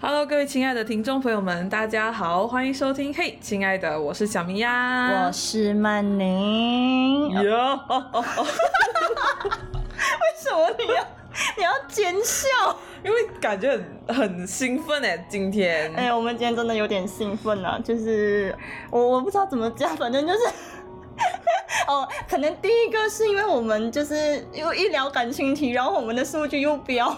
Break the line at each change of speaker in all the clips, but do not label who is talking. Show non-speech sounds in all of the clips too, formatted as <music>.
Hello，各位亲爱的听众朋友们，大家好，欢迎收听。嘿，亲爱的，我是小明呀，
我是曼宁。 <laughs> 为
哟， <laughs> 哦哦哦
什么你要你要奸笑？
因为感觉很很兴奋哎，今天。
哎、我们今天真的有点兴奋啊，就是我我不知道怎么讲，反正就是。 <laughs> 哦，可能第一个是因为我们就是又一聊感情题，然后我们的数据又飙，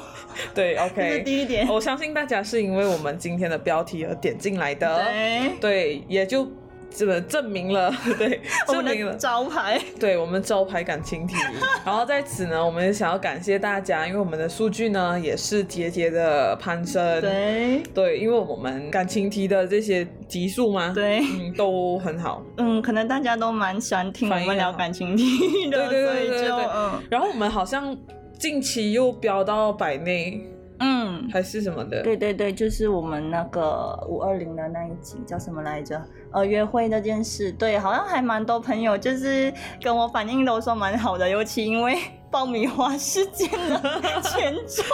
对
这是
，OK。
第一点。
我相信大家是因为我们今天的标题而点进来的，
对，
对，也就这证明
<laughs>
了，对，
我
证
们
明了
的招牌。
对我们招牌感情题，然后在此呢，我们也想要感谢大家，因为我们的数据呢也是节节的攀升。
对
对，因为我们感情题的这些集数嘛，，
对，
嗯，都很好。
嗯，可能大家都蛮喜欢听我
反应
们聊
好
感情题的，
对对对对
所以就
对
嗯
然后我们好像近期又飙到百内
嗯，
还是什么的，
对对对，就是我们那个五二零的那一集叫什么来着？呃，约会那件事，对，好像还蛮多朋友就是跟我反应都说蛮好的，尤其因为爆米花事件的 <laughs> 前
<laughs>
传，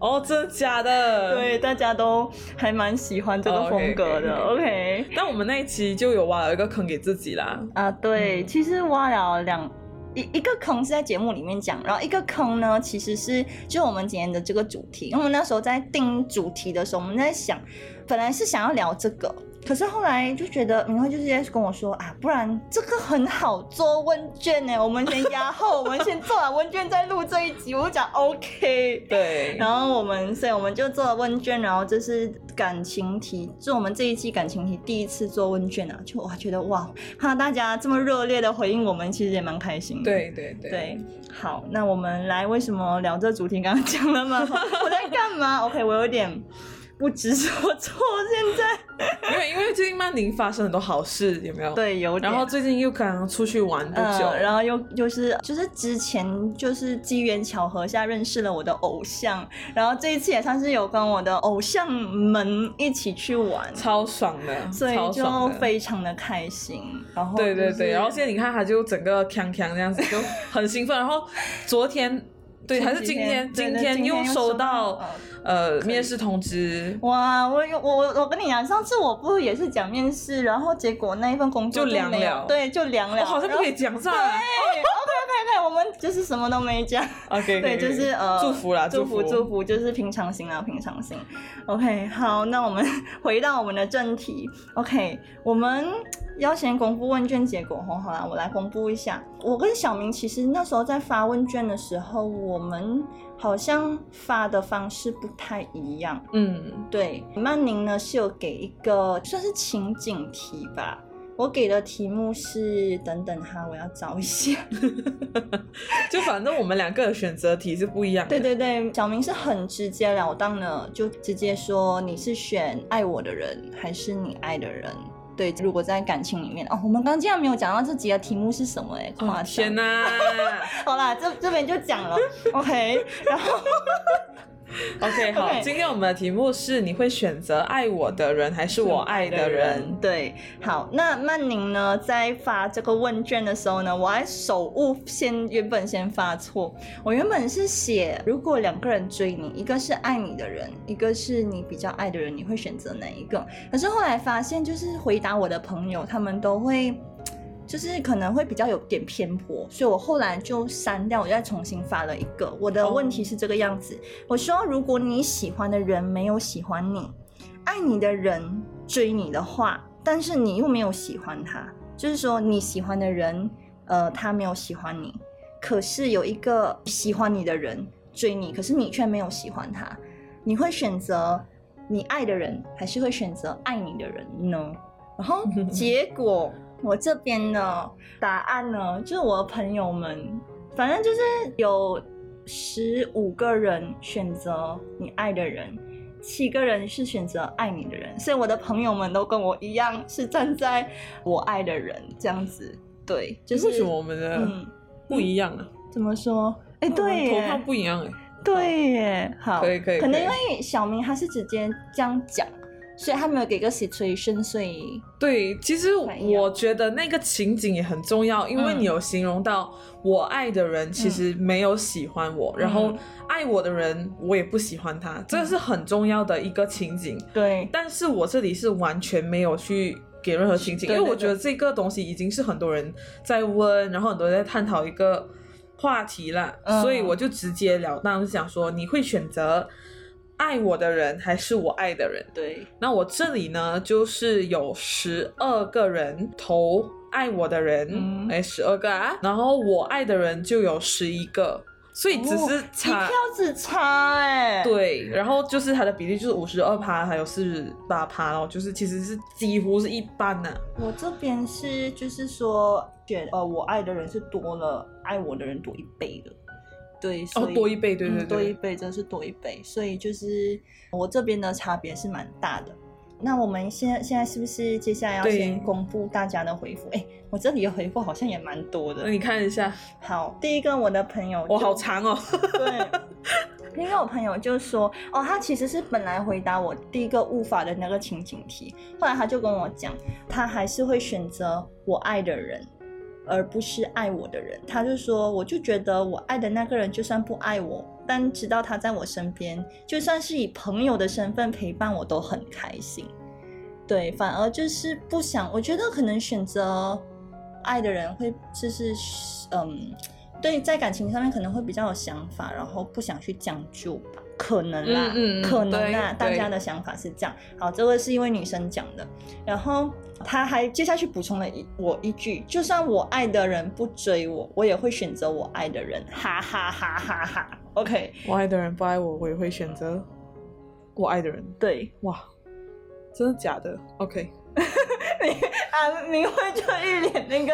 哦，真的假的？。
对，大家都还蛮喜欢这个
哦
风
，OK，OK，
格的。OK，
但我们那一期就有挖了一个坑给自己啦。
啊，对，
嗯
其实挖了两一一个坑是在节目里面讲，然后一个坑呢其实是就我们今天的这个主题，因为我们那时候在定主题的时候，我们在想，本来是想要聊这个。可是后来就觉得，嗯明慧就直接跟我说啊，不然这个很好做问卷呢，我们先压后，我们先做完问卷再录这一集。我就讲 OK，
对，
然后我们，所以我们就做了问卷，然后这是感情题，就我们这一期感情题第一次做问卷啊，就我觉得哇，看到大家这么热烈的回应我们，其实也蛮开心的。
对对对
对，好，那我们来为什么聊这主题？刚刚讲了
<laughs>
嘛，我在干嘛？OK，我有点不知所措，现在
<laughs> 因为因为最近曼宁发生很多好事，有没有？。
对有点。
然后最近又刚出去玩不久，
呃，然后又就是就是之前就是机缘巧合下认识了我的偶像，然后这一次也算是有跟我的偶像们一起去玩，
超爽的，
所以
超
就
爽的。
非常的开心。然后、
对对对，然后现在你看他就整个锵锵这样子，
<laughs>
就很兴奋。然后昨天，对，
前
还是
几
今
天
天，
对
今
对今
又
天又收
收
到
到呃面试通知，
哇，我有我我我跟你讲，上次我不也是讲面试，然后结果那一份工作
就
都
凉
没有
了
对，就凉了，
我哦好像不可以讲这样。
然后。对对，我们就是什么都没讲。
OK，
对，就是呃，
祝福啦，
祝
福
祝
福。
福，就是平常心啊，平常心。OK，好，那我们 <laughs> 回到我们的正题。OK，我们要先公布问卷结果吼，好啦，我来公布一下。我跟小明其实那时候在发问卷的时候，我们好像发的方式不太一样。
嗯，
对，曼宁呢是有给一个算是情景题吧。我给的题目是等等哈，我要找一下。
就反正我们两个的选择题是不一样的。
对对对，小明是很直截了当的，就直接说你是选爱我的人还是你爱的人。对，如果在感情里面哦，我们刚刚竟然没有讲到这集的题目是什么哎、夸
哦
张！
天哪
<laughs> 好啦，这这边就讲
<laughs>
了，OK。然后
！OK，好
OK
今天我们的题目是：你会选择爱我的人还是我爱的人？
对，好，那曼宁呢，在发这个问卷的时候呢，我还手误先原本先发错，我原本是写如果两个人追你，一个是爱你的人，一个是你比较爱的人，你会选择哪一个？可是后来发现，就是回答我的朋友，他们都会。就是可能会比较有点偏颇，所以我后来就删掉，我再重新发了一个。我的
哦
问题是这个样子，我说如果你喜欢的人没有喜欢你，爱你的人追你的话，但是你又没有喜欢他，就是说你喜欢的人，呃，他没有喜欢你，可是有一个喜欢你的人追你，可是你却没有喜欢他，你会选择你爱的人，还是会选择爱你的人呢？然后结果我这边呢，答案呢，就是我的朋友们，反正就是有十五个人选择你爱的人，七个人是选择爱你的人，所以我的朋友们都跟我一样是站在我爱的人这样子。对，就是
为什么我们的
嗯，
不一样啊？
怎么说？哎，
我
对
们投票
耶，
不一样哎、
对耶，好，
可以可以
可能
可以
因为小明他是直接这样讲，所以他没有给个 situation，所以
对，其实
反应啊
我觉得那个情景也很重要，因为
嗯
你有形容到我爱的人其实没有喜欢我，然后
嗯
爱我的人我也不喜欢他，这是很重要的一个情景。
对
但是我这里是完全没有去给任何情景，
对
因为我
对
觉得这个东西已经是很多人在问，然后很多人在探讨一个话题了，
嗯
所以我就直截了当就讲说，你会选择爱我的人还是我爱的人？
对，
那我这里呢，就是有十二个人投爱我的人
嗯，
哎、十二个啊，然后我爱的人就有十一个，所以只是
哦一
差、
票之差哎，，
对，然后就是它的比例就是五十二趴，还有四十八趴咯，就是其实是几乎是一半呐、
我这边是就是说选呃我爱的人是多了，爱我的人多一倍的，对，所
哦，
以
多一倍，对对
嗯，多一
对，
倍，真是多一倍。所以就是我这边的差别是蛮大的。那我们现在现在是不是接下来要
对
先公布大家的回复？哎，我这里的回复好像也蛮多
那
的。
你看一下，
好，第一个我的朋友就，
我、好长哦，
对。因为我朋友就说，哦，他其实是本来回答我第一个悟法的那个情景题，后来他就跟我讲，他还是会选择我爱的人，而不是爱我的人。他就说，我就觉得我爱的那个人就算不爱我，但知道他在我身边，就算是以朋友的身份陪伴我，都很开心。对，反而就是不想，我觉得可能选择爱的人会就是嗯，对，在感情上面可能会比较有想法，然后不想去将就吧，可能啦，
嗯嗯嗯
可能啦，
对
大
对
家的想法是这样。好，这个是因为女生讲的，然后他还接下去补充了一我一句，就算我爱的人不追我，我也会选择我爱的人，哈哈哈哈哈。OK，
我爱的人不爱我，我也会选择我爱的人，
对，
哇，真的假的？OK，
啊，明慧就一脸那个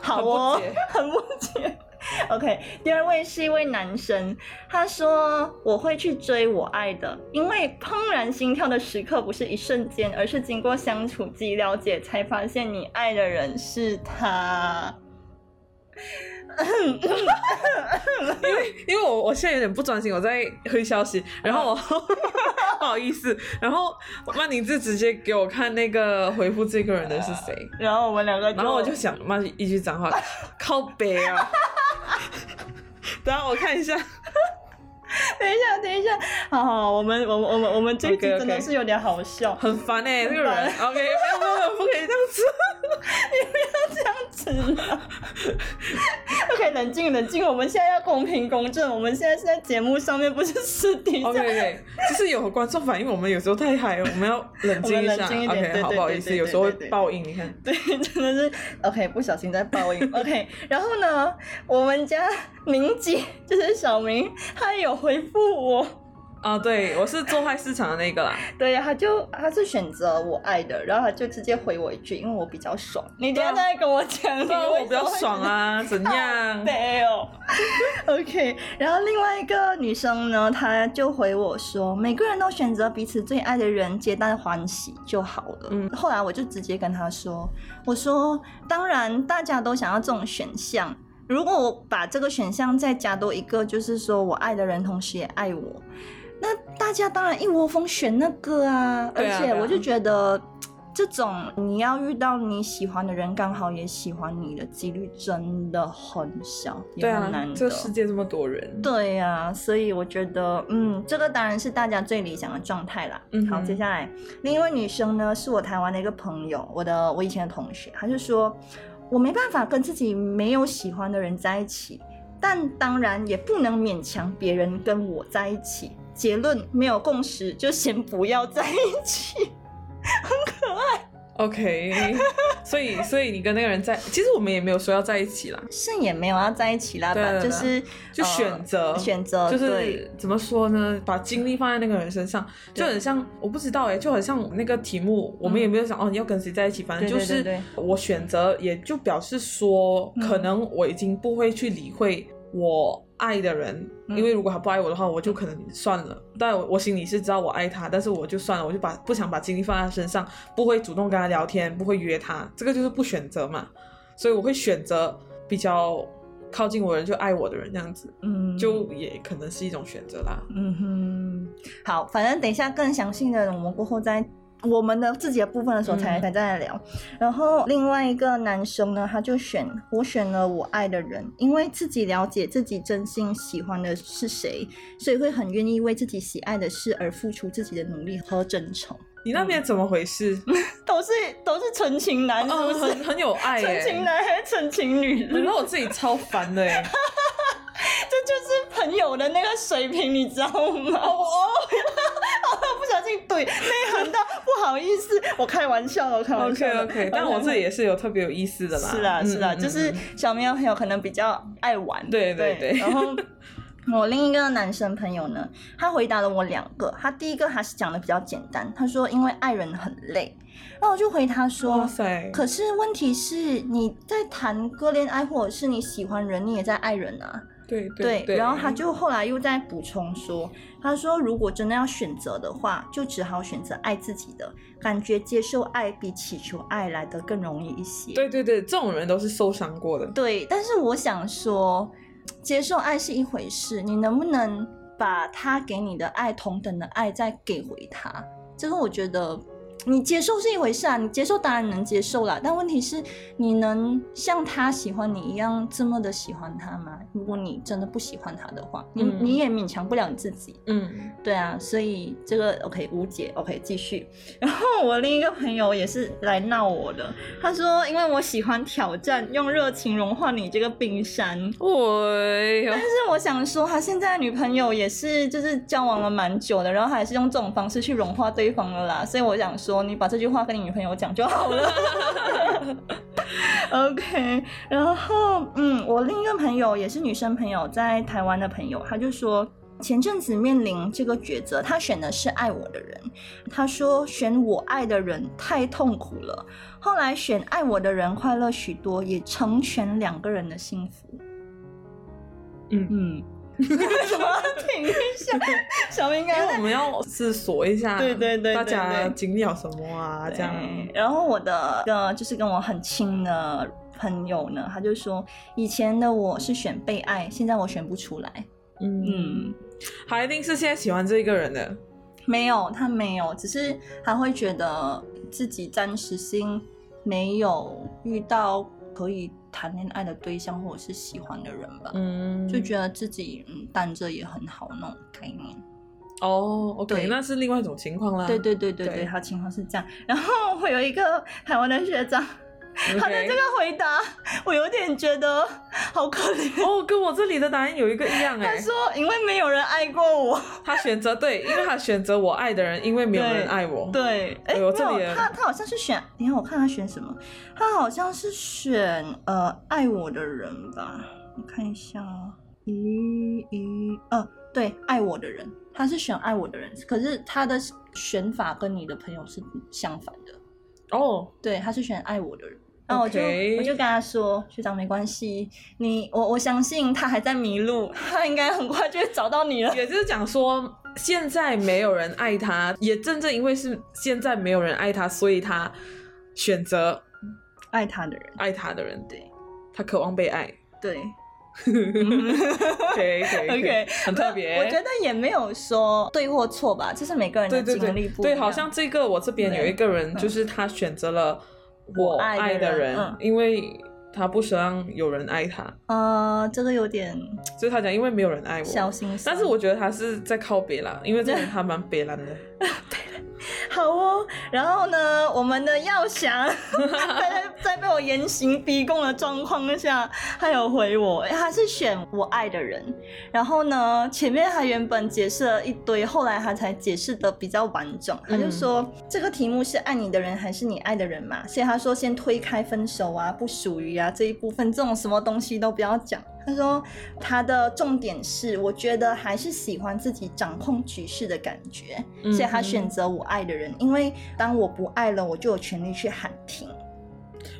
好哦，很不解。OK，第二位是一位男生，他说我会去追我爱的，因为怦然心跳的时刻不是一瞬间，而是经过相处及了解才发现你爱的人是
<laughs>
他。
因为我我现在有点不专心，我在回消息，然后我、 <laughs> 不好意思，然后曼宁就直接给我看那个回复这个人的是谁。
然后我们两个就，
然后我就想骂一句脏话，靠北啊！ <laughs> 等下我看一
<laughs>
下，
等一下，等一下，好好，我们我们我们我们这一集
OK，OK
真的是有点好笑 <laughs>
很烦哎、这个
很
人。
烦 <laughs>
OK，没有没有没有，不可以这样子。
这样子了。OK，冷静冷静，我们现在要公平公正，我们现在是在节目上面，不是私底下。
OK OK，就是有观众反映我们有时候太嗨了，我们要冷静一
我们冷
下。
静一点
OK，
对
好
对
不好意思，
对对对
有时候会
对对对
爆音，你看。
<laughs> 对，真的是 OK，不小心在报应。OK，然后呢，我们家明姐就是小明，她也有回复我，
啊，对，我是做坏市场的那个啦。
对，她就她是选择我爱的，然后她就直接回我一句，因为我比较爽。你等一下
对啊
再跟我讲，
不然
<laughs> 你
我
为
比较
什么会
爽啊，怎样？
没有。OK，然后另外一个女生呢，她就回我说，每个人都选择彼此最爱的人，皆大欢喜就好了。
嗯
后来我就直接跟她说，我说，当然大家都想要这种选项。如果我把这个选项再加多一个，就是说我爱的人同时也爱我，那大家当然一窝蜂选那个啊。而
对啊
且
对啊
我就觉得，这种你要遇到你喜欢的人，刚好也喜欢你的几率真的很小，
对
也很
啊
难，
这
得。
世界这么多人。
对呀、所以我觉得，嗯，这个当然是大家最理想的状态啦。
嗯哼
好，接下来另一位女生呢，是我台湾的一个朋友，我的我以前的同学，她就说，我没办法跟自己没有喜欢的人在一起，但当然也不能勉强别人跟我在一起。结论没有共识就先不要在一起。 <laughs>
OK，所以所以你跟那个人在，其实我们也没有说要在一起啦，
是也没有要在一起啦，
对
吧？
对
就
对
是
就
呃
选择
选择，
就
对
是怎么说呢？把精力放在那个人身上，就
对
很像我不知道哎、就很像那个题目，我们也没有想、哦，你要跟谁在一起，反正就
对对对
是
对
我选择，也就表示说，
嗯
可能我已经不会去理会我爱的人，
嗯
因为如果他不爱我的话，我就可能算了。但我我心里是知道我爱他，但是我就算了，我就把不想把精力放在他身上，不会主动跟他聊天，不会约他，这个就是不选择嘛。所以我会选择比较靠近我的人就爱我的人这样子，
嗯，
就也可能是一种选择啦。
嗯哼，好，反正等一下更详细的，我们过后再我们的自己的部分的时候才、
嗯
才再来聊。然后另外一个男生呢，他就选我选了我爱的人，因为自己了解自己真心喜欢的是谁，所以会很愿意为自己喜爱的事而付出自己的努力和真诚，
你那边怎么
<laughs>
回事？
都是都是纯情男，是
哦，
不 <laughs> 是？
很很有爱
纯
耶、
情男还是纯情女？
然后我自己超烦的耶、
<laughs> 这就是朋友的那个水平，你知道吗？
哦哦，
哦不小心怼内涵到，不好意思，我开玩笑的，我开玩笑嗯
OK
的。
OK，但我自己也是有特别有意思的啦。
是啦
嗯
是啦，
嗯
就是
嗯
小喵朋友可能比较爱玩，
对对
对
对 <laughs>
然 <laughs> 后我另一个男生朋友呢，他回答了我两个，他第一个还是讲的比较简单，他说因为爱人很累，那我就回他
哇
说。
塞，
可是问题是，你在谈个恋爱，或者是你喜欢人，你也在爱人啊。
对
对，
对，
然后他就后来又在补充说，他说如果真的要选择的话，就只好选择爱自己的，感觉接受爱比祈求爱来的更容易一些。
对对对，这种人都是受伤过的。
对，但是我想说，接受爱是一回事，你能不能把他给你的爱同等的爱再给回他？这个我觉得。你接受是一回事啊，你接受当然能接受啦，但问题是，你能像他喜欢你一样这么的喜欢他吗？如果你真的不喜欢他的话，你、
嗯
你也勉强不了你自己。
嗯，
对啊，所以这个 OK 无解，OK 继续。然后我另一个朋友也是来闹我的，他说因为我喜欢挑战，用热情融化你这个冰山。
喂，哦
<laughs> 但是我想说，他现在的女朋友也是就是交往了蛮久的，然后还是用这种方式去融化对方了啦。所以我想说，你把这句话跟你女朋友讲就好了。OK，然后嗯，我另一个朋友也是女生朋友，在台湾的朋友，她就说。前阵子面临这个抉择，她选的是爱我的人。她说选我爱的人太痛苦了，后来选爱我的人快乐许多，也成全两个人的幸福。
嗯
嗯，什么停一下？小明
因为我
刚
们要思索一下，
对对对对
大家经历了什么啊？这样，
对然后我的呃，就是跟我很亲的朋友呢，他就说，以前的我是选被爱，现在我选不出来。
嗯，
嗯，
他一定是现在喜欢这个人的，
没有，他没有，只是他会觉得自己暂时性没有遇到可以谈恋爱的对象或者是喜欢的人吧，
嗯，
就觉得自己嗯单着也很好那种概念。
得哦，OK，
对
那是另外一种情况啦。
对对对对
对
对，他情况是这样。然后我有一个台湾的学长，
OK，
他的这个回答，我有点觉得好可怜。
哦，跟我这里的答案有一个一样
他
哎，
说：“因为没有人爱过我。
他选择对，因为他选择我爱的人，因为没有人爱我”。，
对，哎，
哎
没
呦这里
有，
也
他他好像是选，你看我看他选什么，他好像是选呃爱我的人吧，我看一下哦，咦咦，呃，对，爱我的人，他是选爱我的人，可是他的选法跟你的朋友是相反的。
哦，
对，他是选爱我的人。然后我就
OK
我就跟他说，学长没关系，你我我相信他还在迷路，他应该很快就会找到你了。
也就是讲说，现在没有人爱他，也正正因为是现在没有人爱他，所以他选择
爱他的人，
爱他的人，
对
他渴望被爱。
对
OK <laughs> OK
<laughs> OK，
很特别。
我觉得也没有说对或错吧，这是每个人的
对对
经历
对
不一样。
对，好像这个我这边有一个人，
对嗯
就是他选择了我爱的人，
我爱的人嗯
因为他不希望有人爱他，
呃，这个有点
就是他讲因为没有人爱我。
小心。
但是我觉得他是在靠北啦，因为这个人他蛮北蓝的。
<laughs> 好哦，然后呢，我们的耀翔在在被我严刑逼供的状况下，他有回我，诶他是选我爱的人。然后呢，前面他原本解释了一堆，后来他才解释的比较完整。他就说、这个题目是爱你的人还是你爱的人嘛，所以他说先推开分手啊、不属于啊这一部分，这种什么东西都不要讲。他说他的重点是，我觉得还是喜欢自己掌控局势的感觉。<laughs>
嗯
所以他选择我爱的人，因为当我不爱了，我就有权利去喊停。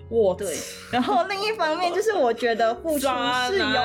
我
对，
<laughs>
然后另一方面就是我觉得付出
渣男
是有，对不对？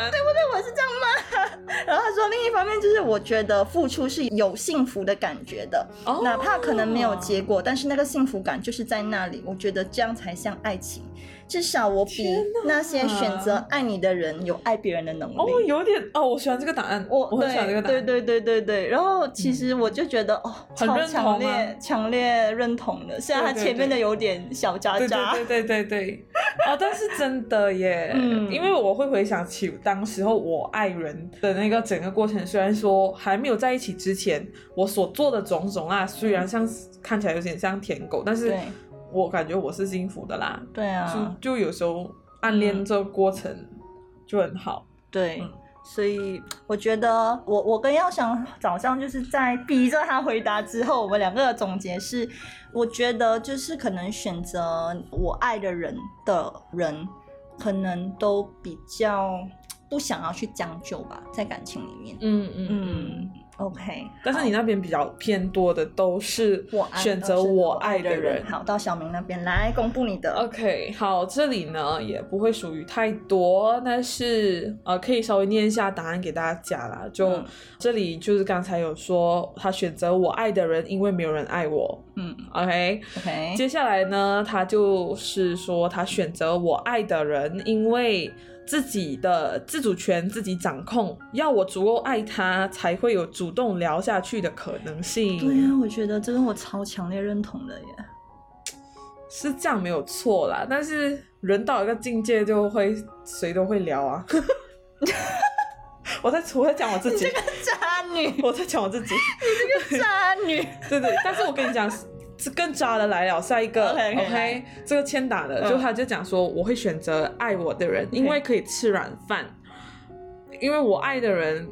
我是这样吗？然后他说另一方面就是我觉得付出是有幸福的感觉的，
哦
哪怕可能没有结果，但是那个幸福感就是在那里。我觉得这样才像爱情。至少我比
天哪
那些选择爱你的人有爱别人的能力。
哦，有点哦，我喜欢这个答案，
我
我很喜欢这个答
对
案，嗯
对对对对，然后其实我就觉得、哦，
很
超
认同
强
啊
烈强烈认同的，虽然他
对对
前面
对
的有点小渣
对
渣，
对对对对
<laughs>
对，哦，但是真的耶，
嗯
因为我会回想起当时候我爱人的那个整个过程，虽然说还没有在一起之前，我所做的种种啊，虽然像是看起来有点像舔狗，但是
对
我感觉我是幸福的啦，
对啊，
就就有时候暗恋这个过程就很好，
对。
嗯
所以我觉得我，我跟耀翔早上就是在逼着他回答之后，我们两个的总结是，我觉得就是可能选择我爱的人的人，可能都比较不想要去将就吧，在感情里面。
嗯嗯
嗯，OK。
但是你那边比较偏多的都是
我爱哦
选择
都是
我
我
爱的人。
好，到小明那边来公布你的。
OK，好，这里呢也不会属于太多，但是呃可以稍微念一下答案给大家啦。就、
嗯
这里就是刚才有说他选择我爱的人，因为没有人爱我。
嗯
OK，
，OK，
接下来呢他就是说他选择我爱的人，因为自己的自主权自己掌控，要我足够爱他，才会有主动聊下去的可能性。
对啊，我觉得这个我超强烈认同的耶。
是这样没有错啦，但是人到一个境界就会谁都会聊啊。 <laughs> 我在我在讲我自己，
<laughs> 渣女，
我在讲我自己，
渣女。
<laughs> 对对。但是我跟你讲，是更渣的来了，下一个
OK，OK，来
这个欠打的，
嗯
就他就讲说我会选择爱我的人，因为可以吃软饭，因为我爱的人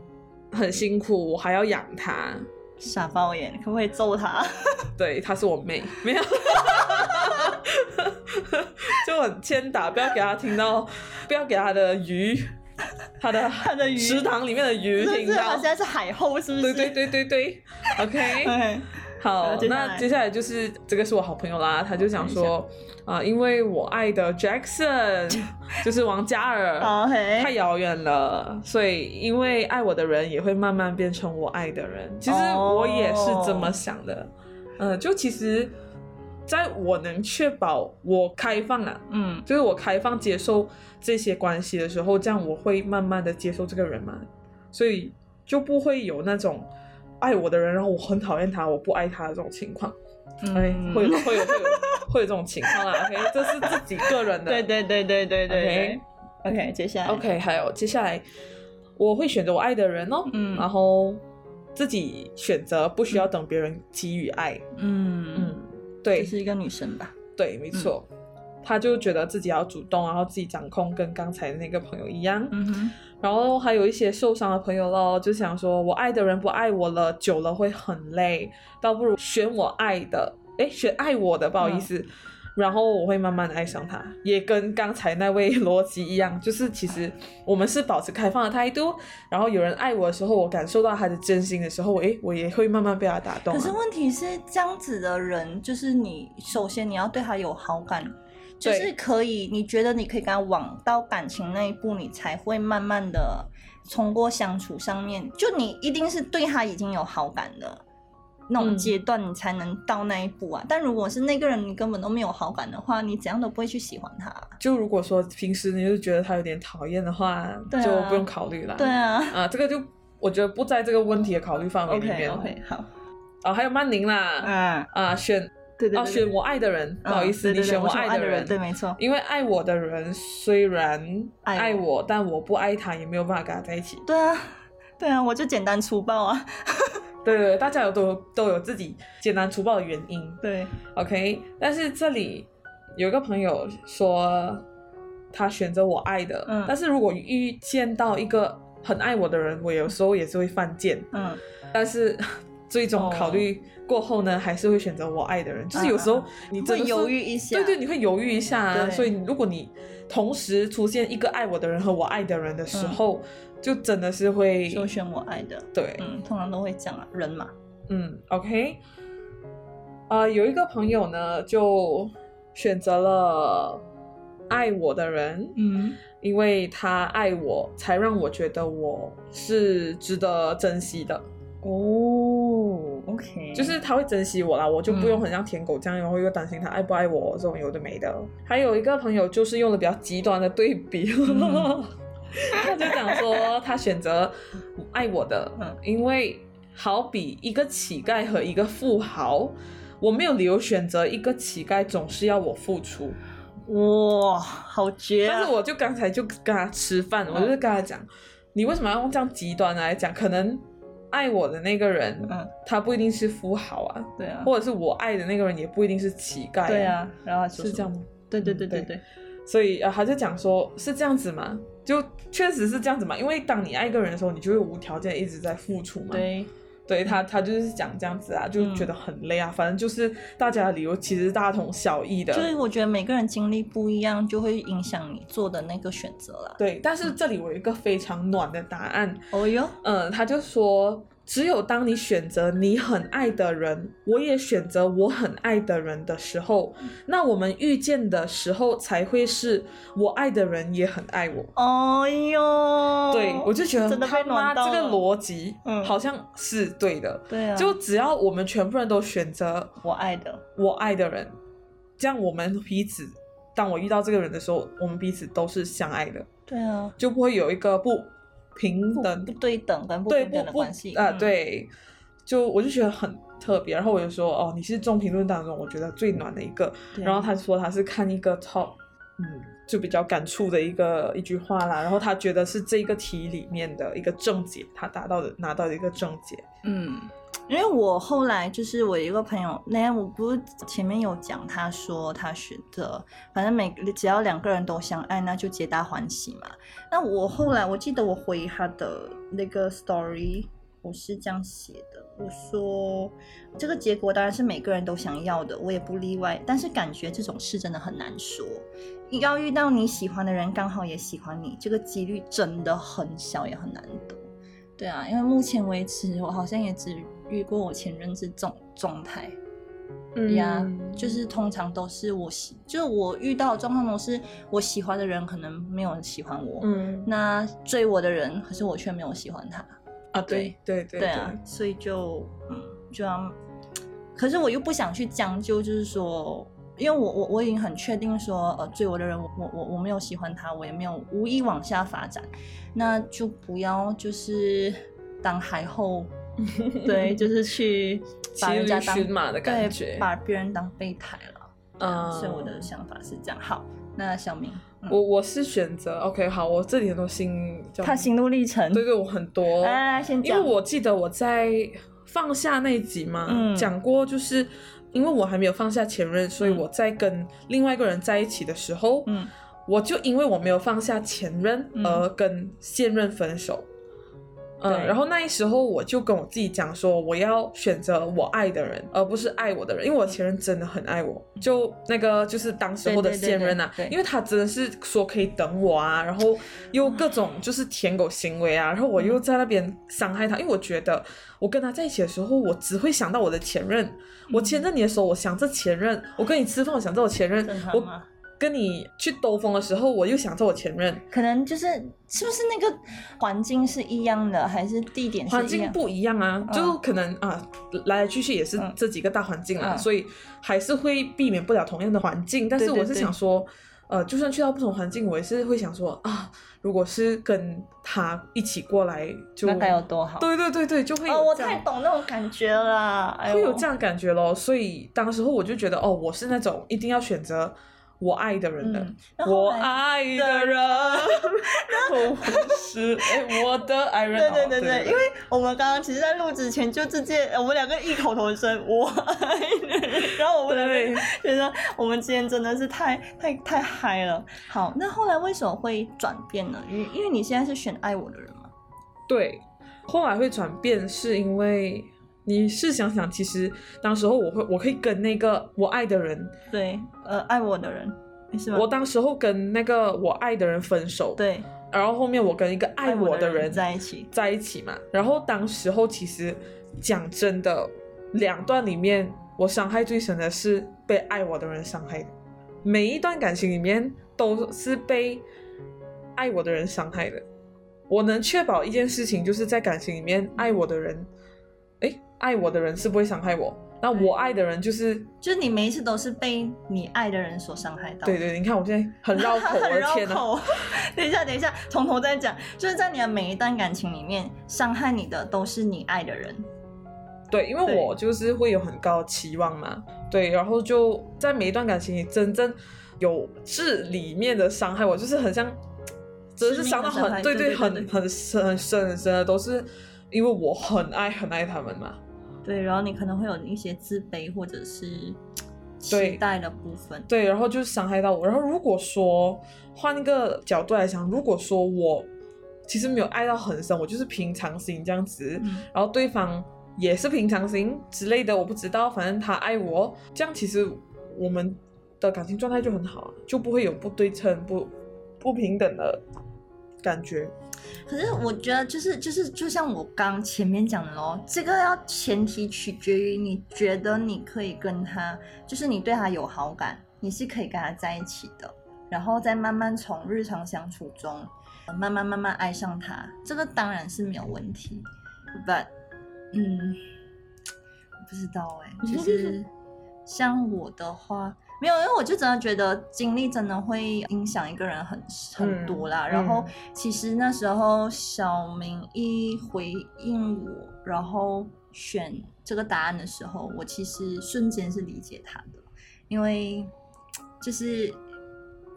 很辛苦，我还要养他，
<laughs> 傻包眼，可不可以揍 <laughs> 他？
对，她是我妹，没有， <laughs> 就很欠打，不要给她听到，不要给她的鱼，她的
他的鱼，
食堂里面的鱼
是
听
不是好
到
像。在是海后，是不
对
是？
对对对对，OK，
对
好
好，接下来
那接下来就是这个是我好朋友啦，他就想说啊、因为我爱的
<laughs>
Jackson 就是王嘉尔。太
，OK。
遥远了，所以因为爱我的人也会慢慢变成我爱的人。其实我也是这么想的，呃，就其实，在我能确保我开放啊，
嗯，
就是我开放接受这些关系的时候，这样我会慢慢的接受这个人嘛，所以就不会有那种爱我的人，然后我很讨厌他，我不爱他的这种情况。哎、
嗯
会有会有会有会有这种情况啦。OK，这是自己个人的。
对对对对对对
OK
对。OK，接下来
OK，还有接下来我会选择我爱的人哦，
嗯
然后自己选择，不需要等别人给予爱。
嗯，
嗯，
这
对
是一嗯个女生吧？
对，没错。他就觉得自己要主动，然后自己掌控，跟刚才那个朋友一样。
嗯哼，
然后还有一些受伤的朋友咯，就想说我爱的人不爱我了，久了会很累，倒不如选我爱的，诶，选爱我的，不好意思。
嗯
然后我会慢慢地爱上他，也跟刚才那位逻辑一样，就是其实我们是保持开放的态度，然后有人爱我的时候，我感受到他的真心的时候，诶，我也会慢慢被他打动、啊。
可是问题是，这样子的人，就是你首先你要对他有好感，就
对
是可以，你觉得你可以跟他往到感情那一步，你才会慢慢的通过相处上面，就你一定是对他已经有好感的那种
嗯
阶段，你才能到那一步啊。但如果是那个人你根本都没有好感的话，你怎样都不会去喜欢他。
就如果说平时你就觉得他有点讨厌的话，
对啊
就不用考
<laughs>
虑了。
对啊。
啊，这个就我觉得不在这个问题的考虑范围里
OK
面哦。
OK 好，
哦，还有曼宁啦，
嗯，
啊，选
对对
哦，
对
选我爱的人，不好意思，
嗯对
你
对对
选
我
爱
的
人，
对，没错，
因为爱我的人虽然
爱我
爱我，但我不爱他，也没有办法跟他在一起。
对啊，对啊，我就简单粗暴啊，
对对对，大家有都都有自己简单粗暴的原因
对，
，OK。但是这里有一个朋友说，他选择我爱的，
嗯
但是如果遇见到一个很爱我的人，我有时候也是会犯贱，
嗯。
但
<laughs>
是最终
哦啊
考虑过后呢，还是会选择我爱的人。就是有时候你真
会
的是
犹豫一下，
对对，你会犹豫一下、啊。
对
所以如果你同时出现一个爱我的人和我爱的人的时候，就真的是会
就嗯选我爱的，
对，
嗯，通常都会这样啊，人嘛，
嗯，OK。啊，有一个朋友呢，就选择了爱我的人，
嗯，
因为他爱我，才让我觉得我是值得珍惜的。
哦 OK，
就是他会珍惜我啦，我就不用
嗯
很像舔狗这样，然后又担心他爱不爱我这种有的没的。还有一个朋友就是用了比较极端的对比，
嗯
<laughs> 他就讲说他选择爱我的，
嗯
因为好比一个乞丐和一个富豪，我没有理由选择一个乞丐总是要我付出。
哇，好绝啊！嗯
但是我就刚才就跟他吃饭，我就是跟他讲，你为什么要用这样极端来讲？可能爱我的那个人，
嗯，
他不一定是富豪啊。
对啊，
或者是我爱的那个人也不一定是乞丐、
对，啊，然后他说
是这样
什么，
吗？
对对对
嗯
对
对
对，
所以啊，呃他就讲说，是这样子吗？就确实是这样子嘛，因为当你爱一个人的时候，你就会无条件一直在付出嘛。，
对，嗯
对他，他就是讲这样子啊，就觉得很累啊。反正就是大家的理由其实大同小异的。
就是我觉得每个人经历不一样，就会影响你做的那个选择啦。
对，但是这里我有一个非常暖的答案，
哦哟，
嗯，他就说，只有当你选择你很爱的人，我也选择我很爱的人的时候，那我们遇见的时候才会是我爱的人也很爱我。
哦哟，
对，我就觉得
哦真的
他
被
妈
暖到
这个
了
逻辑，
嗯
好像是对的。
对啊，
就只要我们全部人都选择
我爱的，
我爱的人，这样我们彼此，当我遇到这个人的时候，我们彼此都是相爱的，
对啊，
就不会有一个不平
不
等
不对等跟不
对
平
不
等的
不
关系
啊，
嗯
对，就我就觉得很特别。然后我就说，哦，你是众评论当中我觉得最暖的一个。
对
然后他说他是看一个 top，嗯，就比较感触的一个一句话啦。然后他觉得是这个题里面的一个正解，他达到的拿到的一个正解。
嗯，因为我后来就是我有一个朋友，那我不是前面有讲，他说他选择，反正每只要两个人都相爱，那就皆大欢喜嘛。那我后来我记得我回他的那个 story，我是这样写的，我说这个结果当然是每个人都想要的，我也不例外，但是感觉这种事真的很难说。要遇到你喜欢的人，刚好也喜欢你，这个几率真的很小，也很难得。对啊，因为目前为止，我好像也只遇过我前任这种状态
嗯
呀。就是通常都是我喜，就是我遇到的状况都是我喜欢的人可能没有人喜欢我，
嗯
那追我的人，可是我却没有喜欢他。
啊，对对对，
啊，所以就嗯，就要，可是我又不想去将就，就是说。因为我我我已经很确定说，呃，追我的人，我我我我没有喜欢他，我也没有无意往下发展，那就不要就是当海后
<laughs>
对，就是去把人家当
骑驴寻马的感觉
对，把别人当备胎了。啊
嗯，
所以我的想法是这样。好，那小明，嗯
我我是选择 OK 好，我这里很多新叫
他啊心路历程，
对对，我很多
来来来，哎先
因
讲，
为我记得我在放下那集嘛，
嗯
讲、过，就是因为我还没有放下前任，所以
嗯
我在跟另外一个人在一起的时候，
嗯
我就因为我没有放下前任
嗯
而跟现任分手。嗯，
对
然后那一时候我就跟我自己讲说，我要选择我爱的人，而不是爱我的人，因为我前任真的很爱我，就那个就是当时候的
嗯对对对
现任啊，
对对
因为他真的是说可以等我啊，然后又各种就是舔狗行为啊，然后我又在那边伤害他，因为我觉得我跟他在一起的时候，我只会想到我的前
嗯
任，我牵着你的手，我想着前任，我跟你吃饭，我想着我前任
正，常啊
我
吗
跟你去兜风的时候，我又想着我前任，
可能就是是不是那个环境是一样的，还是地点是
环
一
境
样？
不一样啊，
嗯
就可能啊来来去去也是
嗯
这几个大环境啦，
嗯
所以还是会避免不了同样的环境。但是
对对
我是想说，呃，就算去到不同环境，我也是会想说啊，如果是跟他一起过来，就
那该有多好？
对对对对，就会有
哦，我
这样
太懂那种感觉了，哎呦
会有这样的感觉咯。所以当时候我就觉得，哦，我是那种一定要选择我爱的人的。
嗯，然后
我
后来
爱的人， <laughs> 我是哎，我的爱人。
对
哦
对对对，因为我们刚刚其实，在录之前就直接呃我们两个异口同声，我 <laughs> 爱的人，然后我们两
对
个觉得我们今天真的是太太太嗨了。好，那后来为什么会转变呢？因为因为你现在是选爱我的人嘛，
对，后来会转变是因为你试想想，其实当时候我会，我可以跟那个我爱的人，
对，呃，爱我的人是吗？
我当时候跟那个我爱的人分手，，
对，
然后后面我跟一个爱我的人
在一起，
在一起嘛，然后当时候其实讲真的，两段里面我伤害最深的是被爱我的人伤害的，每一段感情里面都是被爱我的人伤害的。我能确保一件事情，就是在感情里面爱我的人，诶，爱我的人是不会伤害我，那我
哎
爱的人就是
就是你每一次都是被你爱的人所伤害到。
对对，你看我现在很绕口，
<laughs>
我
很
的
绕
天哪！
口。等一下，等一下，从头再讲。就是在你的每一段感情里面，伤害你的都是你爱的人。
对，因为
对
我就是会有很高的期望嘛，对，然后就在每一段感情里真正有是里面的伤害我，就是很像，真的是伤到
致命的伤
很
害
对
对对
很
对对
很深很深很深的，都是因为我很爱很爱他们嘛，
对，然后你可能会有一些自卑或者是
对
期待的部分。
对，然后就伤害到我。然后如果说换一个角度来想，如果说我其实没有爱到很深，我就是平常心这样子，
嗯，
然后对方也是平常心之类的，我不知道，反正他爱我，这样其实我们的感情状态就很好啊，就不会有不对称、不不平等的感觉。
可是我觉得就是就是就像我刚前面讲的咯，这个要前提取决于你觉得你可以跟他，就是你对他有好感，你是可以跟他在一起的，然后再慢慢从日常相处中，呃慢慢慢慢爱上他，这个当然是没有问题。But，嗯，我不知道哎、就是像我的话。没有，因为我就真的觉得经历真的会影响一个人很很多啦。
嗯
然后
嗯
其实那时候小明一回应我，然后选这个答案的时候，我其实瞬间是理解他的，因为就是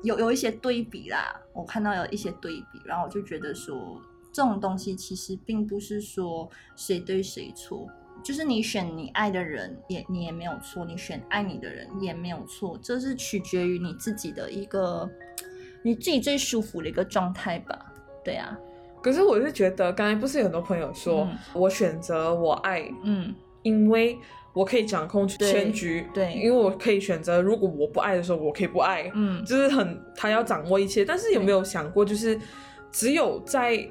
有有一些对比啦，我看到有一些对比，然后我就觉得说这种东西其实并不是说谁对谁错。就是你选你爱的人也你也没有错，你选爱你的人也没有错，这是取决于你自己的一个你自己最舒服的一个状态吧。对啊，
可是我是觉得，刚才不是有很多朋友说，
嗯
我选择我爱，
嗯，
因为我可以掌控
对
全局，
对
因为我可以选择，如果我不爱的时候，我可以不爱，
嗯，
就是很他要掌握一切。但是有没有想过，就是只有在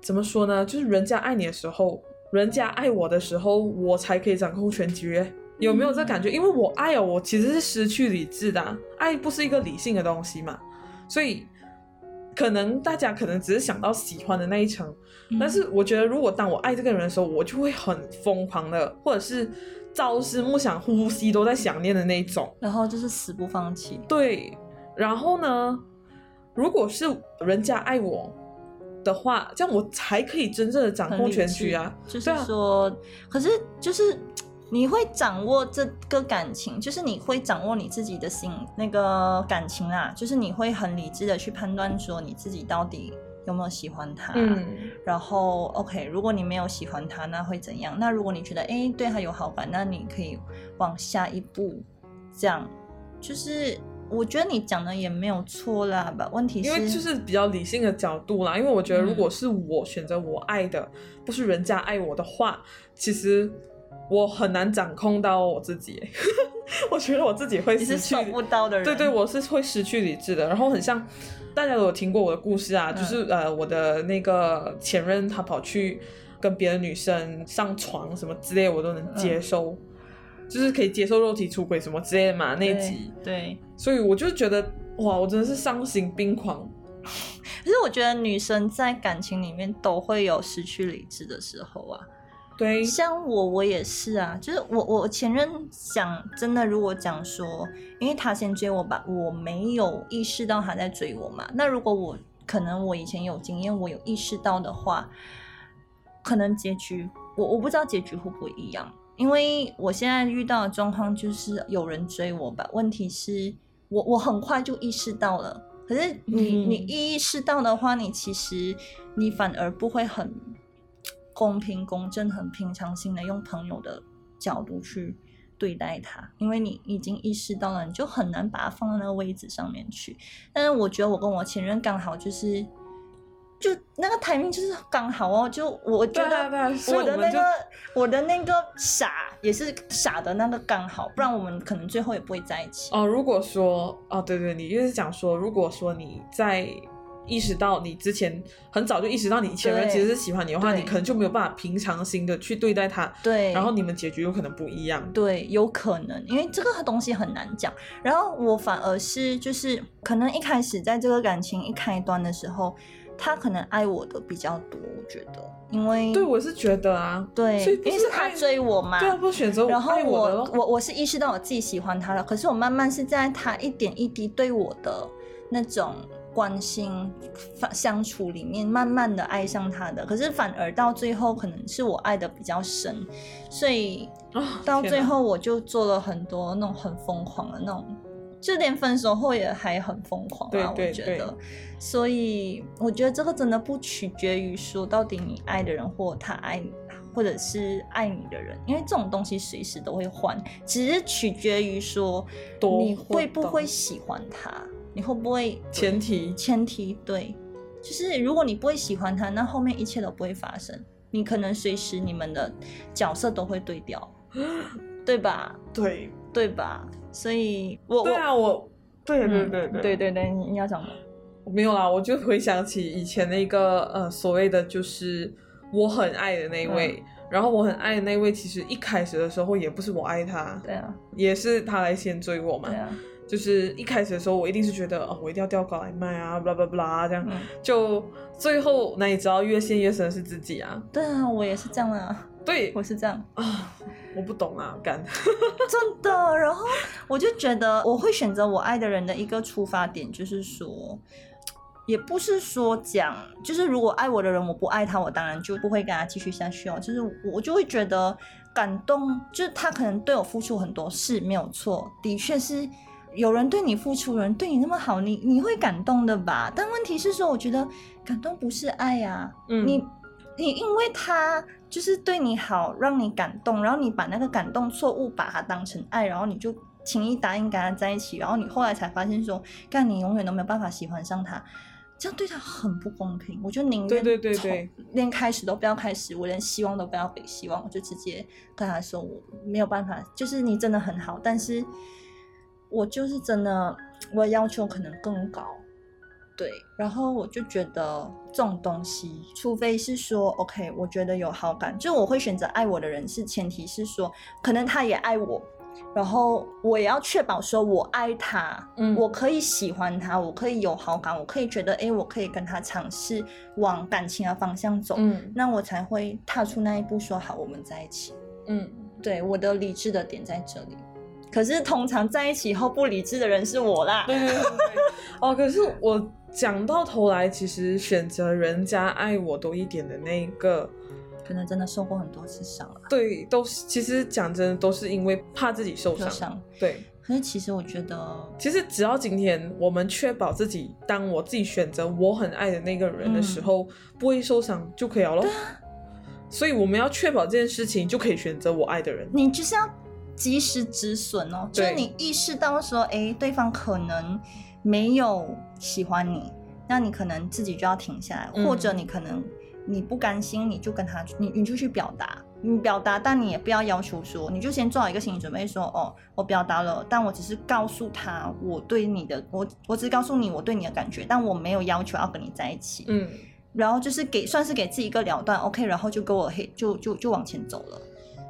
怎么说呢，就是人家爱你的时候，人家爱我的时候，我才可以掌控全局。有没有这感觉？因为我爱哦，我其实是失去理智的啊、爱不是一个理性的东西嘛，所以可能大家可能只是想到喜欢的那一层，
嗯
但是我觉得，如果当我爱这个人的时候，我就会很疯狂的，或者是朝思暮想、呼吸都在想念的那一种。
然后就是死不放弃。
对，然后呢，如果是人家爱我的话，这样我才可以真正的掌
很
控
理
全
智
局啊。
就是
对啊
说，可是就是你会掌握这个感情，就是你会掌握你自己的心那个感情啦，就是你会很理智的去判断说你自己到底有没有喜欢他。
嗯，
然后 OK，如果你没有喜欢他，那会怎样？那如果你觉得诶对他有好感，那你可以往下一步，这样就是我觉得你讲的也没有错啦吧？问题是
因为就是比较理性的角度啦，因为我觉得如
嗯
果是我选择我爱的，不是人家爱我的话，其实我很难掌控到我自己。 <laughs> 我觉得我自己会
你
失
是
去
手不到的人，
对对，我是会失去理智的。然后很像大家都有听过我的故事啊，
嗯
就是呃我的那个前任他跑去跟别的女生上床什么之类，我都能接受，
嗯
就是可以接受肉体出轨什么之类的嘛那一集。
对。
所以我就觉得哇，我真的是丧心病狂。
可是我觉得女生在感情里面都会有失去理智的时候啊，
对，
像我，我也是啊，就是我我前任讲真的，如果讲说，因为他先追我吧，我没有意识到他在追我嘛。那如果我可能我以前有经验，我有意识到的话，可能结局我我不知道结局会不会一样，因为我现在遇到的状况就是有人追我吧，问题是我我很快就意识到了。可是你、
嗯
你意识到的话，你其实你反而不会很公平公正、很平常心的用朋友的角度去对待他，因为你已经意识到了，你就很难把它放到那个位置上面去。但是我觉得我跟我前任刚好就是，就那个 timing 就是刚好哦，就我觉
对啊对啊
得
所以
我的
我们
那
就
个 <laughs> 我的那个傻也是傻的那个刚好，不然我们可能最后也不会在一起。
哦，如果说哦，对对，你就是讲说，如果说你在意识到你之前很早就意识到你前任
对
其实是喜欢你的话，
对
你可能就没有办法平常心的去对待他，
对，
然后你们结局有可能不一样。
对，有可能，因为这个东西很难讲。然后我反而是就是，可能一开始在这个感情一开端的时候，他可能爱我的比较多，我觉得，因为
对，我是觉得啊，
对
所以不
因为是他
爱
追我嘛，
对啊，不是选择我
然后
爱我的
我
咯，
我我是意识到我自己喜欢他了，可是我慢慢是在他一点一滴对我的那种关心反相处里面，慢慢的爱上他的。可是反而到最后，可能是我爱的比较深，所以
啊
到
天
最
哪
后我就做了很多那种很疯狂的那种，就连分手后也还很疯狂
对
啊，
对
我觉
对
得。所以我觉得这个真的不取决于说到底你爱的人或他爱你，或者是爱你的人，因为这种东西随时都会换，只是取决于说
多
你会不
懂
会喜欢他，你会不会
前提
前提对，就是如果你不会喜欢他，那后面一切都不会发生。你可能随时你们的角色都会对
<laughs>
调，对吧？
对
对吧？所以我
对啊，我对
我
对
嗯
对
对对对，你你要讲吗？
没有啦，我就回想起以前那个呃所谓的就是我很爱的那
嗯
位，然后我很爱的那位，其实一开始的时候也不是我爱他，
对啊，
也是他来先追我嘛
对。啊，
就是一开始的时候，我一定是觉得哦，我一定要钓稿来卖啊，blah blah blah 这样。
嗯，
就最后哪里知道越陷越深的是自己啊？
对啊，我也是这样啊，
对
我是这样，
啊，我不懂啊，
<laughs>
干。
真的。然后我就觉得我会选择我爱的人的一个出发点，就是说。也不是说讲，就是如果爱我的人我不爱他，我当然就不会跟他继续下去哦。就是我就会觉得感动，就是他可能对我付出很多事没有错，的确是有人对你付出，有人对你那么好，你你会感动的吧？但问题是说，我觉得感动不是爱啊呀、
嗯，
你你因为他就是对你好，让你感动，然后你把那个感动错误把它当成爱，然后你就轻易答应跟他在一起，然后你后来才发现说，干你永远都没有办法喜欢上他，这样对他很不公平。我就宁愿
对对对
从
对，
连开始都不要开始，我连希望都不要给希望，我就直接跟他说我没有办法，就是你真的很好，但是我就是真的我的要求可能更高。对，然后我就觉得这种东西，除非是说 OK，我觉得有好感，就我会选择爱我的人，是前提是说可能他也爱我，然后我也要确保说我爱他，
嗯
我可以喜欢他，我可以有好感，我可以觉得诶，我可以跟他尝试往感情的方向走，
嗯
那我才会踏出那一步说好，我们在一起。
嗯，
对，我的理智的点在这里。可是通常在一起后不理智的人是我啦。
对对对对对。哦，可是我讲到头来，其实选择人家爱我多一点的那一个，
可能真的受过很多次伤了，
对，都是其实讲真的，都是因为怕自己受
受
伤。
伤。
对，
可是其实我觉得，
其实只要今天我们确保自己，当我自己选择我很爱的那个人的
嗯
时候，不会受伤就可以了咯。
啊
所以我们要确保这件事情，就可以选择我爱的人。
你就是要及时止损哦，就是
对
你意识到说，哎，对方可能没有喜欢你，那你可能自己就要停下来，
嗯
或者你可能你不甘心，你就跟他，你你就去表达，你表达，但你也不要要求说，你就先做好一个心理准备说，哦，我表达了，但我只是告诉他我对你的，我我只是告诉你我对你的感觉，但我没有要求要跟你在一起，
嗯，
然后就是给算是给自己一个了断，OK，然后就跟我嘿，就就就往前走了。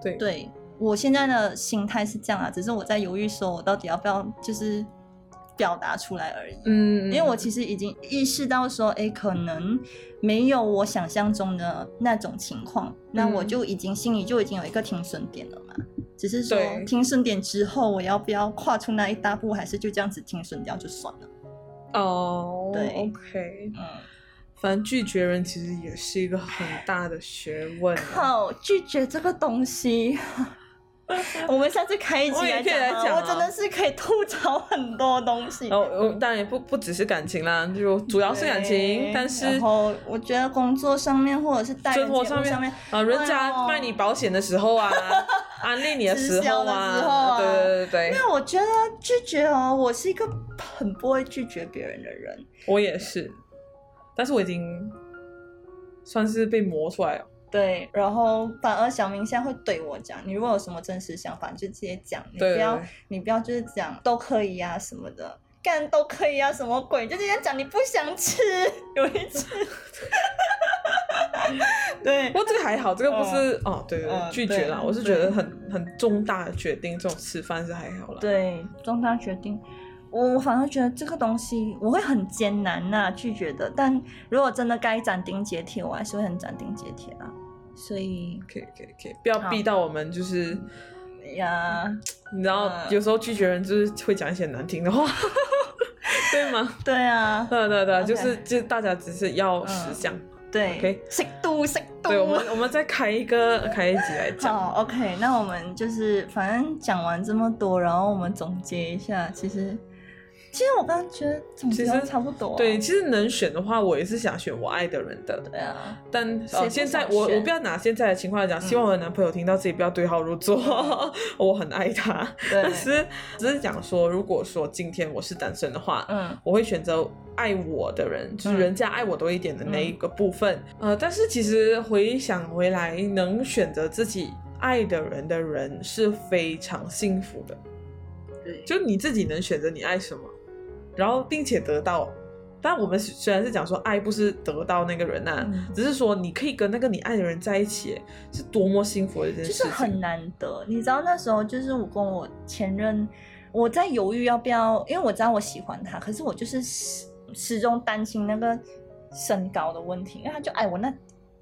对
对我现在的心态是这样啊，只是我在犹豫说我到底要不要就是表达出来而已。
嗯，
因为我其实已经意识到说，哎，可能没有我想象中的那种情
嗯
况，那我就已经心里就已经有一个停损点了嘛。只是说
对
停损点之后，我要不要跨出那一大步，还是就这样子停损掉就算了？
哦，
对
，OK，
嗯，
反正拒绝人其实也是一个很大的学问啊、
靠，拒绝这个东西。 <laughs> 我们下次开一集
我也
来
可以
讲
来
啊、
讲啊哦
我真的是可以吐槽很多东西。
然后我当然也不不只是感情啦，就主要是感情
对，
但是
然后我觉得工作上面或者是待人
生
接
活
物
上
上
面
面，
啊，人家卖你保险的时
<laughs>
候啊，安利你的时候
直销的时候啊
对对对对对，
那我觉得拒绝哦，我是一个很不会拒绝别人的人。
我也是，但是我已经算是被磨出来了。
对，然后反而小明现在会对我讲，你如果有什么真实想法，你就直接讲，你不
对
要
对对
你不要就是讲都可以啊什么的，干都可以啊什么鬼，就直接讲你不想吃，有一次，对
不，过这个还好，这个不是
<laughs>
哦，对对对，
嗯
拒绝啦，
对
我是觉得很很重大的决定，这种吃饭是还好啦。
对，重大决定。我我反而觉得这个东西我会很艰难呐、拒绝的。但如果真的该斩钉截铁，我还是会很斩钉截铁啊。所以
可以可以可以，不要逼到我们，就是
呀，
你知道，
嗯
有时候拒绝人就是会讲一些难听的话，对吗？ <laughs>
对啊，
对对对，
OK 嗯
就是就是大家只是要识相，
对
OK，
适度适度。
对我们我们再开一个开一集来讲，
好，OK，那哦我们就是反正讲完这么多，然后我们总结一下，其实其实我刚刚觉得总结
其实
得差不多、
对，其实能选的话，我也是想选我爱的人的，
对啊，
但
谁
呃，
不
现在
想
我
选嗯
我不要拿现在的情况来讲，希望我的男朋友听到自己不要对号入座， <laughs> 我很爱他，
对
但， <laughs> 是只是讲说，如果说今天我是单身的话，
嗯
我会选择爱我的人，就是
嗯
人家爱我多一点的那一个部分。呃，但是其实回想回来，能选择自己爱的人的人是非常幸福的。
对
就你自己能选择你爱什么，然后并且得到。但我们虽然是讲说爱不是得到那个人呐、
嗯
只是说你可以跟那个你爱的人在一起，是多么幸福的一件
就
事
是
情。
很难得。你知道那时候就是我跟我前任，我在犹豫要不要，因为我知道我喜欢他，可是我就是始始终担心那个身高的问题，因为他就矮我那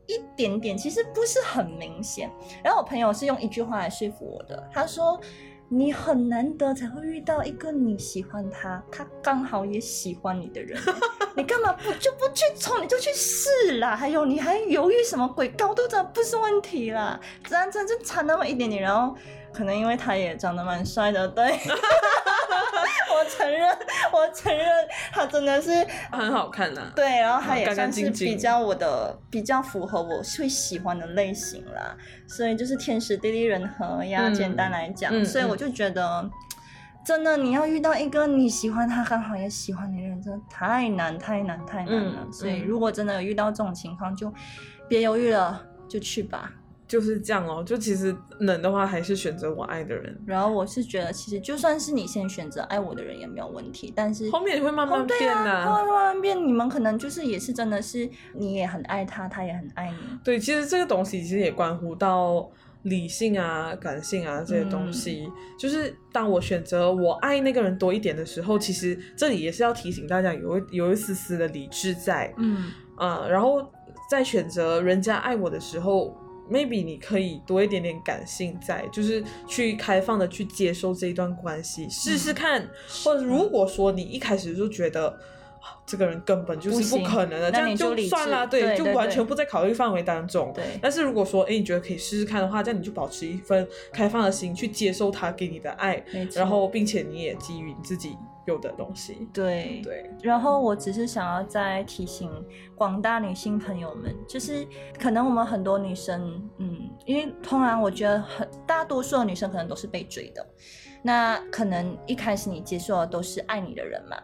一点点，其实不是很明显。然后我朋友是用一句话来说服我的，他说。你很难得才会遇到一个你喜欢他，他刚好也喜欢你的
<laughs>
人，你干嘛不就不去冲，你就去试啦？还有你还犹豫什么鬼？高度真的不是问题啦，只然这就差那么一点点，然后可能因为他也长得蛮帅的，对， <laughs> 我承认，我承认他真的是
很好看呐、
对，然后他也
干
算
干
是
净净
比较我的比较符合我会喜欢的类型啦，所以就是天时地利人和呀，
嗯
简单来讲，
嗯
所以我就觉得。真的，你要遇到一个你喜欢他，刚好也喜欢你的人，真的太难太难太难了。
嗯
所以，
嗯
如果真的有遇到这种情况，就别犹豫了，就去吧。
就是这样哦。就其实能的话，还是选择我爱的人。
然后我是觉得，其实就算是你先选择爱我的人也没有问题，但是
后面也会慢
哦
慢
对
变呐、
啊，慢慢慢慢变，你们可能就是也是真的是你也很爱他，他也很爱你，
对，其实这个东西其实也关乎到理性啊、感性啊这些东
嗯
西。就是当我选择我爱那个人多一点的时候，其实这里也是要提醒大家有一有一丝丝的理智在，
嗯，
嗯，然后在选择人家爱我的时候。maybe 你可以多一点点感性在，就是去开放的去接受这一段关系，试
嗯
试看。或者如果说你一开始就觉得、啊这个人根本就
不
是不
行
可能的，这
那
样
你就理
算
智
啦，
对
就
对
完
对
全不在考虑范围当中。
对，
但是如果说，哎，你觉得可以试试看的话，这样你就保持一份开放的心去接受他给你的爱，
没错
然后并且你也基于你自己有的东西。
对。
对，
然后我只是想要再提醒广大女性朋友们，就是可能我们很多女生，嗯，因为通常我觉得很大多数的女生可能都是被追的，那可能一开始你接受的都是爱你的人嘛，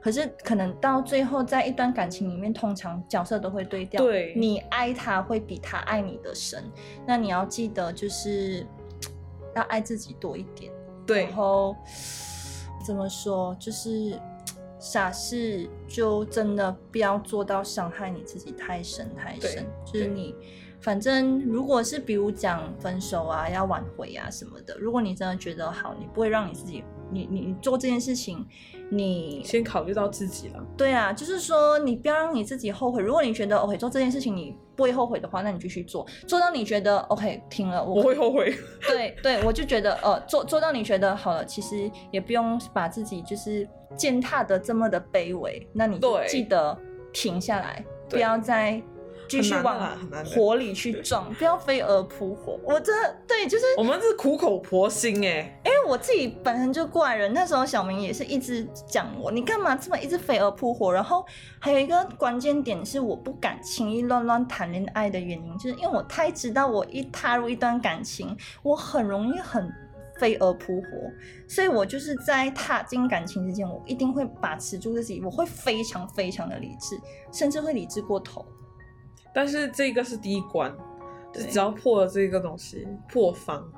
可是可能到最后在一段感情里面，通常角色都会对调，
对
你爱他会比他爱你的深，那你要记得就是要爱自己多一点。
对
然，后怎么说，就是傻事就真的不要做到伤害你自己太深太深
对。
就是
对
你，反正如果是比如讲分手啊，要挽回啊什么的，如果你真的觉得好，你不会让你自己，你你你做这件事情，你
先考虑到自己了。
对啊，就是说你不要让你自己后悔。如果你觉得 OK 做这件事情你不会后悔的话，那你就去做，做到你觉得 OK 停了，
我
我
会后悔，
对对，我就觉得呃，做做到你觉得好了，其实也不用把自己就是践踏的这么的卑微，那你就
对
记得停下来，不
对
要再继
很
续
难啊的啦
往
很难的
火里去撞，不要飞蛾扑火。我真的对，就是
我们是苦口婆心哎、
因为我自己本身就过来人，那时候小明也是一直讲我，你干嘛这么一直飞蛾扑火？然后还有一个关键点是，我不敢轻易乱乱谈恋爱的原因，就是因为我太知道，我一踏入一段感情，我很容易很飞蛾扑火，所以我就是在踏进感情之前，我一定会把持住自己，我会非常非常的理智，甚至会理智过头。
但是这个是第一关，就
对
只要破了这个东西，破防，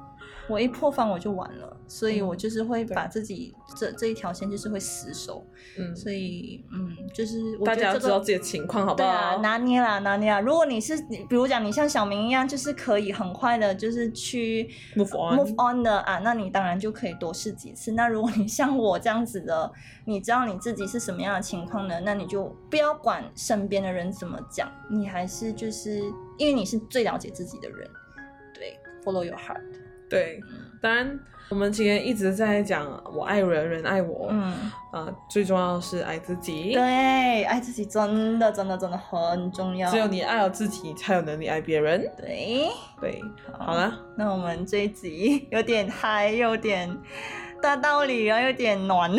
我一破防我就完了，所以
嗯
我就是会
对
把自己这这一条线就是会死守，
嗯，
所以嗯，就是我
大
觉
家
得
要
这
知道
个
自。己的情况，好不
对
好？
啊，拿捏啦，拿捏啦。如果你是，你比如讲你像小明一样，就是可以很快的，就是去
Move on
move on 的啊，那你当然就可以多试几次。那如果你像我这样子的，你知道你自己是什么样的情况呢？那你就不要管身边的人怎么讲，你还是就是因为你是最了解自己的人，对，follow your heart。
对，当然我们今天一直在讲我爱人，人爱我，啊、
嗯，
最重要的是爱自己。
对，爱自己真的真的真的很重要。
只有你爱了自己，才有能力爱别人。
对，
对，好啦，
那我们这一集 <laughs> 有点嗨，有点大道理，然后有点暖。 <laughs>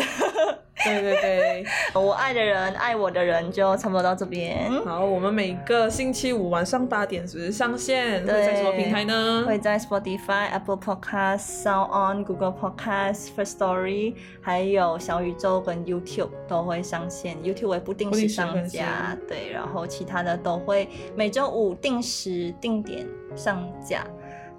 对对对，
我爱的人，爱我的人就差不多到这边。
好，我们每个星期五晚上八点准时上线，会
对
在什么平台呢？
会在 Spotify、Apple Podcast、Sound On、Google Podcast、First Story，还有小宇宙跟 YouTube 都会上线。YouTube 也不定时上架，对，然后其他的都会每周五定时定点上架。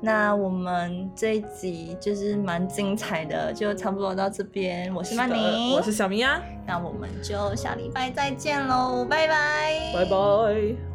那我们这一集就是蛮精彩的，就差不多到这边。我是曼
的
妮，
我是小明呀，啊
那我们就下礼拜再见喽，拜拜，
拜。拜。